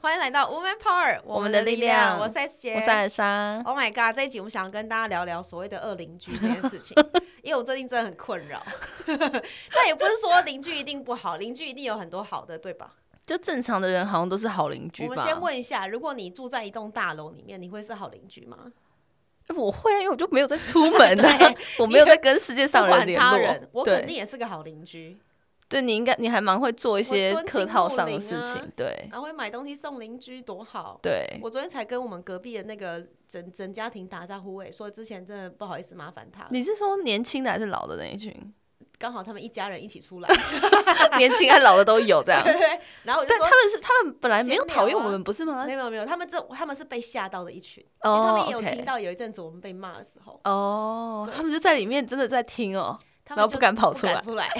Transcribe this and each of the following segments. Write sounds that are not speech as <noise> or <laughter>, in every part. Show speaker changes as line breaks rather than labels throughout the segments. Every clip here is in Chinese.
欢迎来到 Woman Power，
我们的力量
我是 S 姐，
我是艾莎。
Oh my god！这一集我们想要跟大家聊聊所谓的恶邻居这件事
<laughs>
情，因为我最近真的很困扰。 <laughs> 但也不是说邻居一定不好，邻居一定有很多好的，对吧？
就正常的人好像都是好邻居
我
吧？
们先问一下，如果你住在一栋大楼里面，你会是好邻居吗？
哎我会啊，因为我就没有在出门
<laughs>
啊
对，
我没有在跟世界上
不管
联
他
络。
人，我肯定
对，
也是个好邻居，
对你应该你还蛮会做一些
我敦亲
客套上的
睦邻
事
啊
情，对
然后会买东西送邻居，多好！
对。
我昨天才跟我们隔壁的那个整整家庭打招呼、欸，说之前真的不好意思麻烦他了，
你是说年轻的还是老的那一群？ <laughs>
刚好他们一家人一起出来，
年轻还老的都有这样。
对对对， <laughs> 然后我就
但
说
他们是他们本来没有
闲聊
讨厌
啊
我们，不是吗
没？有没有没有，他们这他们是被吓到的一群，因为他
哦
们也有听
，OK，
到有一阵子我们被骂的时候，
哦，
对
他们就在里面真的在听哦。
他
然
们
后
就
不敢跑
不
出
敢
来
出来。
<laughs>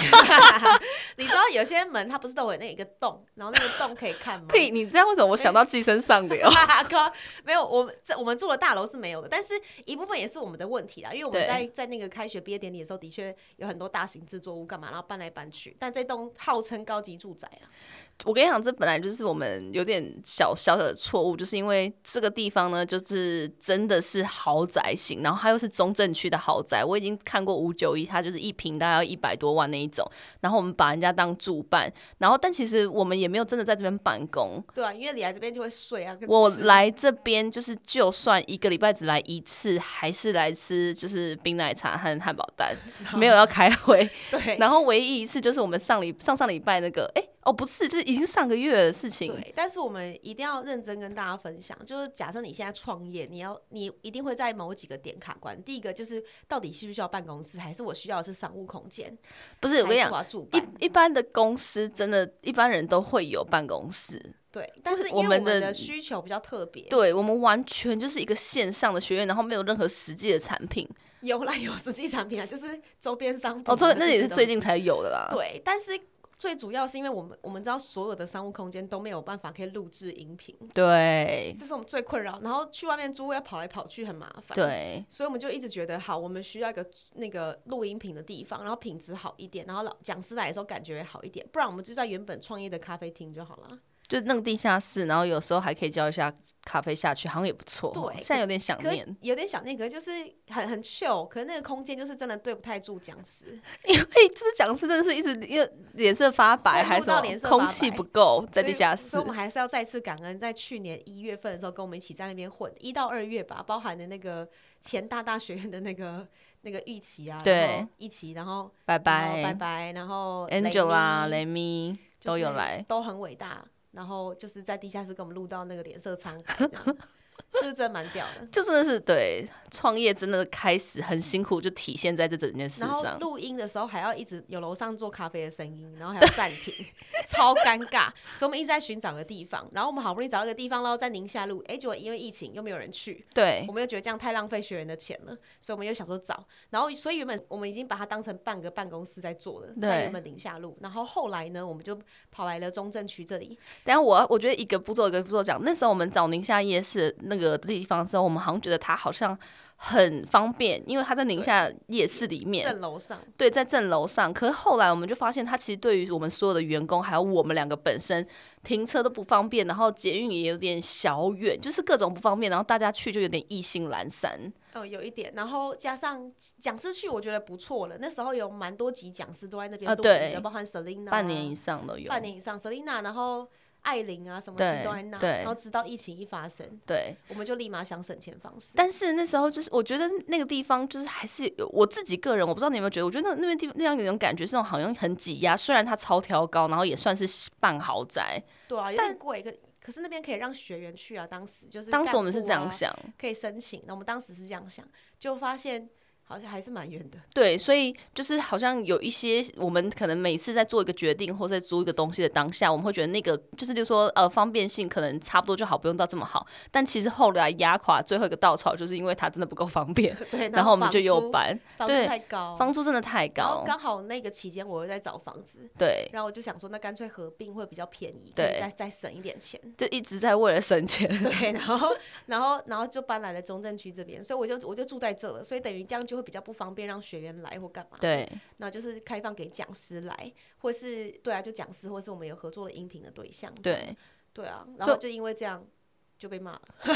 你知道有些门它不是都有那一个洞，然后那个洞可以
<laughs>
看吗？
呸！你知道为什么我想到寄生上流？
靠， <laughs> 没有，我们这我们住的大楼是没有的，但是一部分也是我们的问题啦，因为我们
对
在在那个开学毕业典礼的时候，的确有很多大型制作物干嘛，然后搬来搬去，但这栋号称高级住宅啊，
我跟你讲，这本来就是我们有点小小小的错误，就是因为这个地方呢，就是真的是豪宅型，然后它又是中正区的豪宅。我已经看过五九一，它就是一平大概要一百多万那一种，然后我们把人家当住办，然后但其实我们也没有真的在这边办公。
对啊，因为你来这边就会睡啊，跟
我
吃
来这边就是，就算一个礼拜只来一次，还是来吃就是冰奶茶和汉堡蛋，没有要开会。
对
然后唯一一次就是我们上礼上上礼拜那个，哎、哦不是，就是已经上个月的事情。
对，但是我们一定要认真跟大家分享，就是假设你现在创业，你要你一定会在某几个点卡关。第一个就是到底需不需要办公室，还是我需要的是商务空间？
不是我跟你
还
讲
我，要住办。
一一般的公司真的，一般人都会有办公室。
对，但是因为
我
我
们
们
的
的需求比较特别，
对我们完全就是一个线上的学院，然后没有任何实际的产品。
有啦有实际产品啊，就是周边商品啊。
哦，这那
这
也
些
是
东
最近
西
才有的啦。
对，但是最主要是因为我们我们知道所有的商务空间都没有办法可以录制音频，
对
这是我们最困扰。然后去外面租要跑来跑去很麻烦。。
对
所以我们就一直觉得好，我们需要一个那个录音屏的地方，然后品质好一点，然后老讲师来的时候感觉也好一点，不然我们就在原本创业的咖啡厅就好了。
就那个地下室，然后有时候还可以叫一下咖啡下去，好像也不错。哦
对
现在有点想
可
念
是，有点想念，可是就是很很 chill，可是那个空间就是真的对不太住讲师，
因为就是哎讲师真的是一直因为脸色发白，
对
还
录到
是
脸
什
色
么空
发
气
白
不够，在
所
地
以
下室
所以我。们还是要再次感恩，在去年一月份的时候跟我们一起在那边混一到二月吧，包含的那个前大大学院的那个那个玉琪啊，
对，
一琪，然后
拜
然后拜
拜
拜，然后
，Angela、啊
雷咪
雷咪
就
都有
是
来。
都很伟大。然后就是在地下室跟我们录到那个脸色苍白，这样是不是真的蛮屌的？
<laughs> 就真的是对创业真的开始很辛苦，就体现在这整件事
然后
上。
录音的时候还要一直有楼上做咖啡的声音，然后还要暂停， <laughs> 超尴尬。所以我们一直在寻找个地方，然后我们好不容易找到一个地方喽，在宁夏路，哎，结果因为疫情又没有人去，
对
我，们又觉得这样太浪费学员的钱了，所以我们又想说找，然后所以原本我们已经把它当成半个办公室在做了，
对
在原本宁夏路，然后后来呢，我们就跑来了中正区这里，
但我我觉得一个步骤一个步骤讲。那时候我们找宁夏夜市那个地方的时候，我们好像觉得它好像很方便，因为它在宁夏夜市里面，
正楼上，
对，在正楼上。可是后来我们就发现，它其实对于我们所有的员工，还有我们两个本身停车都不方便，然后捷运也有点小远，就是各种不方便，然后大家去就有点意兴阑珊。
哦，有一点，然后加上讲师去，我觉得不错了。那时候有蛮多集讲师都在那边
啊
录
对
影的，包含 Selina 啊
半年以上都有，
半年以上 Selina，然后艾琳啊什么
对
系都在那，
对
然后直到疫情一发生，
对。
我们就立马想省钱方式。
但是那时候就是，我觉得那个地方就是还是有我自己个人，我不知道你有没有觉得，我觉得那那边地方那样有种感觉，是那种好像很挤压，虽然它超挑高，然后也算是半豪宅。
对啊，有点贵，可可是那边可以让学员去啊。当时就是
当时
干
我们是
部
这样
啊，
想，
可以申请。那我们当时是这样想，就发现好像还是蛮远的。 <laughs>
对，所以就是好像有一些我们可能每次在做一个决定或在租一个东西的当下，我们会觉得那个就是就说呃方便性可能差不多就好，不用到这么好。但其实后来压垮最后一个稻草，就是因为它真的不够方
<laughs>
便，
对，
然后我们就
有
又搬，
房租哦
对
太高，
房租真的太
然后
高，
刚好那个期间我又在找房子，
对。
然后我就想说，那干脆合并会比较便宜，可
对
以再再省一点钱。 <laughs>
就一直在为了省钱， <laughs>
对，然后然后然后就搬来了中正区这边，所以我就我就住在这了，所以等于这样就会比较不方便让学员来或干嘛。，
对，
那就是开放给讲师来，或是对啊，就讲师或是我们有合作的音频的对象。
对，
对啊，然后就因为这样就被骂了。 <laughs>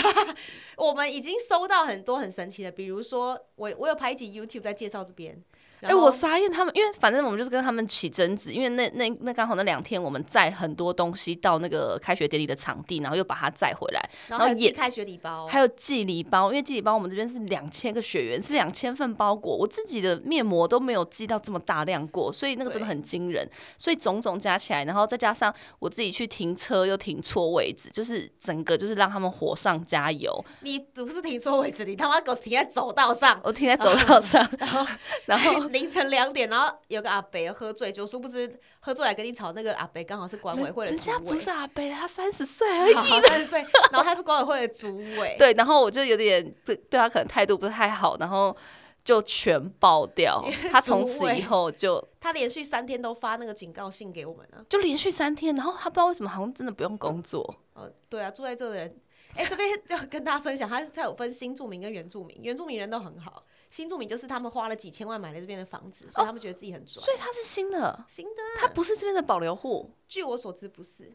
我们已经收到很多很神奇的，比如说我我有拍一集 YouTube 在介绍这边，
哎、
然后
我傻眼，他们因为反正我们就是跟他们起争执，因为那那那刚好那两天我们载很多东西到那个开学典礼的场地，然后又把它载回来，
然后
然后
还有寄
也
开学礼包，
还有寄礼包，因为寄礼包我们这边是两千个学员，是两千份包裹，我自己的面膜都没有寄到这么大量过，所以那个真的
对
很惊人。所以种种加起来，然后再加上我自己去停车又停错位置，就是整个就是让他们火上加油。
你不是停错位置，你他妈给我停在走道上。
我停在走
啊
道上， <laughs> 然后
<laughs> 凌晨两点，然后有个阿北喝醉，就殊不知喝醉来跟你吵那个阿北刚好是管委会的
人
主
家不
委
是，阿贝，他三十岁
<laughs>
而已。
好三十岁，然后他是管委会的主委，
对，然后我就有点对对他可能态度不是太好，然后就全爆掉。他从
主
此
委
以后就
他连续三天都发那个警告信给我们啊。
就连续三天，然后他不知道为什么好像真的不用工作。
哦，对啊，住在这的人，哎、这边要跟大家分享，他他有分新住民跟原住民，原住民人都很好，新住民就是他们花了几千万买了这边的房子，所以他们觉得自己很赚。
哦所以他是新的，
新的啊，
他不是这边的保留户
据我所知不是，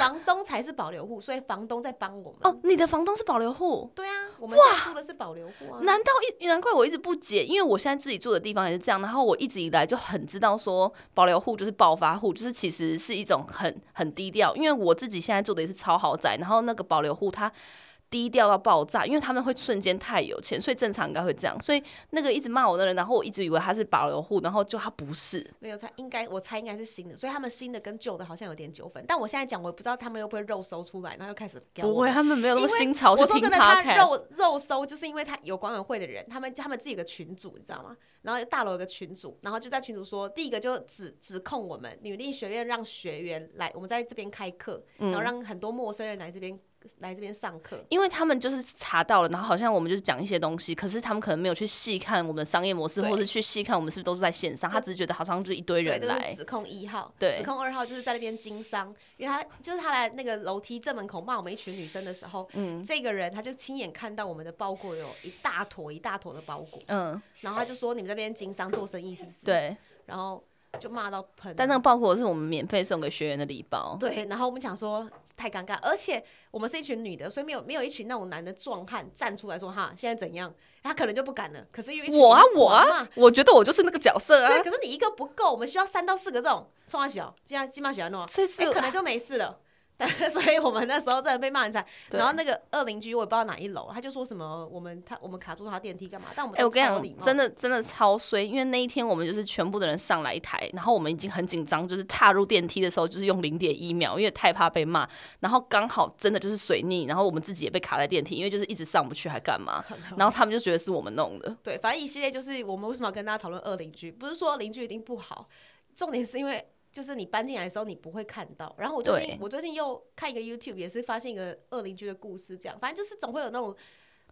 房东才是保留户，所以房东在帮我们。
哦。你的房东是保留户，
对啊，我们现在住的是保留户啊。
难道一难怪我一直不解，因为我现在自己住的地方也是这样，然后我一直以来就很知道说保留户就是暴发户，就是其实是一种很很低调，因为我自己现在住的也是超豪宅，然后那个保留户他。低调到爆炸，因为他们会瞬间太有钱，所以正常应该会这样。所以那个一直骂我的人，然后我一直以为他是保留户，然后就他不是。
没有，他应该我猜应该是新的，所以他们新的跟旧的好像有点纠纷。但我现在讲，我也不知道他们会不会肉搜出来，然后又开始屌我
不会，他们没有那么
因为
新潮
啊
去
<laughs> 我说
听
真的，
他
他
看。
肉肉搜，就是因为他有管委会的人，他们他们自己有个群组，你知道吗？然后大楼有个群组，然后就在群组说，第一个就指指控我们女力学院让学员来，我们在这边开课，然后让很多陌生人来这边来这边上课。
因为他们就是查到了，然后好像我们就是讲一些东西，可是他们可能没有去细看我们的商业模式，
对
或是去细看我们是不是都是在线上，他只是觉得好像就一堆
对，
人
这
来
是。指控一号，
对
指控二号就是在那边经商，因为他就是他来那个楼梯正门口骂我们一群女生的时候，
嗯
这个人他就亲眼看到我们的包裹有一大坨一大坨的包裹，
嗯，
然后他就说你们这边经商做生意是不是？，
对。
然后就骂到喷啊。
但那个包裹是我们免费送给学员的礼包，
对，然后我们想说太尴尬，而且我们是一群女的，所以没有没有一群那种男的壮汉站出来说哈现在怎样，他可能就不敢了。可是因为一群
我啊
女的
我
狂骂
啊，我觉得我就是那个角色
对，
啊，
可是你一个不够，我们需要三到四个这种冲啊小，这样金马喜欢弄啊，
所以
哎、
是
可能就没事了。但 <laughs> 所以我们那时候真的被骂很惨。
对
然后那个二邻居我也不知道哪一楼，他就说什么我们他我们卡住他电梯干嘛？但我们
哎、我跟你
你
讲，真的真的超衰，因为那一天我们就是全部的人上来一台，然后我们已经很紧张，就是踏入电梯的时候就是用零点一秒，因为太怕被骂，然后刚好真的就是水逆，然后我们自己也被卡在电梯，因为就是一直上不去还干嘛，然后他们就觉得是我们弄的，
对，反正一系列就是我们为什么要跟大家讨论恶邻居？不是说邻居一定不好，重点是因为就是你搬进来的时候你不会看到。然后我最近
对
我最近又看一个 YouTube，也是发现一个恶邻居的故事，这样反正就是总会有那种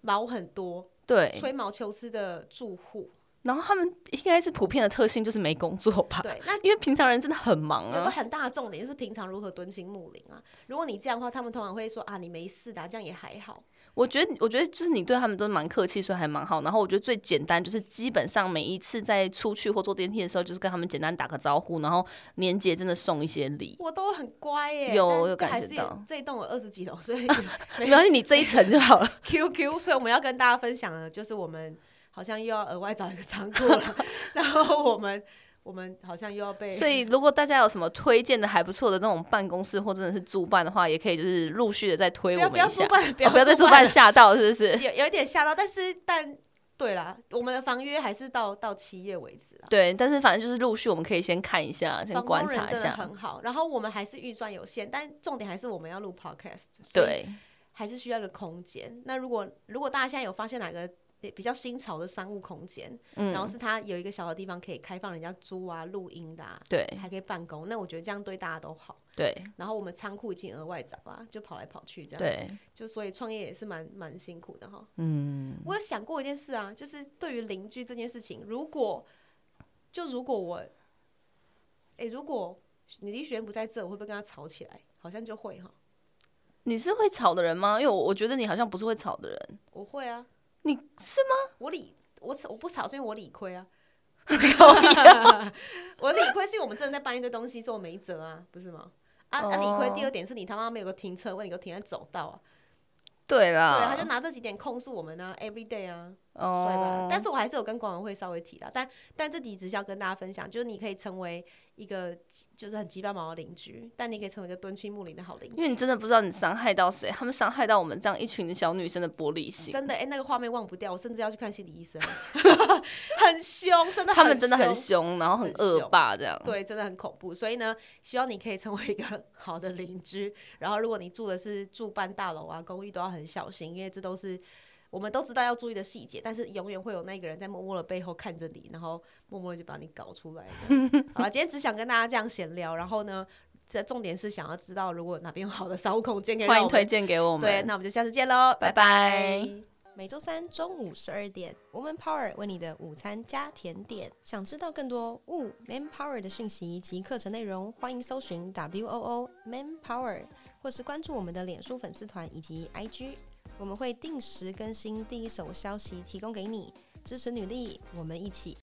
毛很多、
对，
吹毛求疵的住户。
然后他们应该是普遍的特性就是没工作吧，
对，那
因为平常人真的很忙
有个
啊，
很大的重点就是平常如何敦亲睦邻啊。如果你这样的话，他们通常会说啊，你没事的啊、这样也还好。
我觉得，我觉得就是你对他们都蛮客气，所以还蛮好。然后我觉得最简单就是，基本上每一次在出去或坐电梯的时候，就是跟他们简单打个招呼，然后年节真的送一些
<laughs>
礼。
我都很乖耶、
有
但
我有感
还
觉
是
到
这一栋有二十几楼，所以 <laughs>
没关系，你这一层就好了。
QQ，所以我们要跟大家分享的就是我们好像又要额外找一个仓库
<laughs>
了，然后我们我们好像又要被
所以如果大家有什么推荐的还不错的那种办公室或真的是住办的话，也可以就是陆续的再推
不
我
要不
们一
要
下
出。办了，不
哦不要再
出
住办
了，
吓到，是不
<laughs>
是？
有有一点吓到，但是但对啦，我们的房约还是到到七月为止啦。
对，但是反正就是陆续我们可以先看一下，先
房
观
工人
察一
真的
下。
很好，然后我们还是预算有限，但重点还是我们要录 podcast，，
对，
还是需要一个空间。那如果如果大家现在有发现哪个比较新潮的商务空间，然后
嗯，
是它有一个小的地方可以开放人家租啊、录音的、啊，
对
还可以办公，那我觉得这样对大家都好。
对
然后我们仓库已经额外找啊，就跑来跑去这样，
对，
就所以创业也是蛮蛮辛苦的哈。
嗯，
我有想过一件事啊，就是对于邻居这件事情，如果就如果我，哎、如果你力学院不在这，我会不会跟他吵起来？好像就会哈，
你是会吵的人吗？因为我我觉得你好像不是会吵的人。
我会啊，
你
是吗？我理我吵我不吵，是因为我理亏
<laughs>
啊。我理亏是因为我们真的在搬一堆东西，所以我没辙啊，不是吗？啊，那、理亏
哦
第二点是你他妈没有个停车位，你给我停在走道啊。
对
对，啊
啦，
他就拿这几点控诉我们啊，every day 啊，对吧
哦？，
但是我还是有跟管委会稍微提啦，但但这集只是要跟大家分享，就是你可以成为一个就是很鸡巴毛的邻居，但你可以成为一个敦亲睦邻的好邻居。
因为你真的不知道你伤害到谁，他们伤害到我们这样一群小女生的玻璃心，
真的，哎、那个画面忘不掉，我甚至要去看心理医生， <laughs> 很凶，真的很凶，
他们真的很凶，然后很
很
恶
凶
霸这样。
对，真的很恐怖。所以呢，希望你可以成为一个好的邻居。然后，如果你住的是住办大楼啊、公寓，都要很小心，因为这都是我们都知道要注意的细节。但是，永远会有那个人在默默的背后看着你，然后默默地就把你搞出来的。好了，今天只想跟大家这样闲聊。然后呢，这重点是想要知道，如果哪边有好的 <laughs> 商务空间，可以
欢
让
迎
我
推
们。
荐给我们。
对，那我们就下次见喽，拜
拜拜
每周三中午十二点，Woman Power 为你的午餐加甜点。想知道更多 Wo Man Power 的讯息及课程内容，欢迎搜寻 W O O Man Power，或是关注我们的脸书粉丝团以及 IG，我们会定时更新第一手消息，提供给你支持女力，我们一起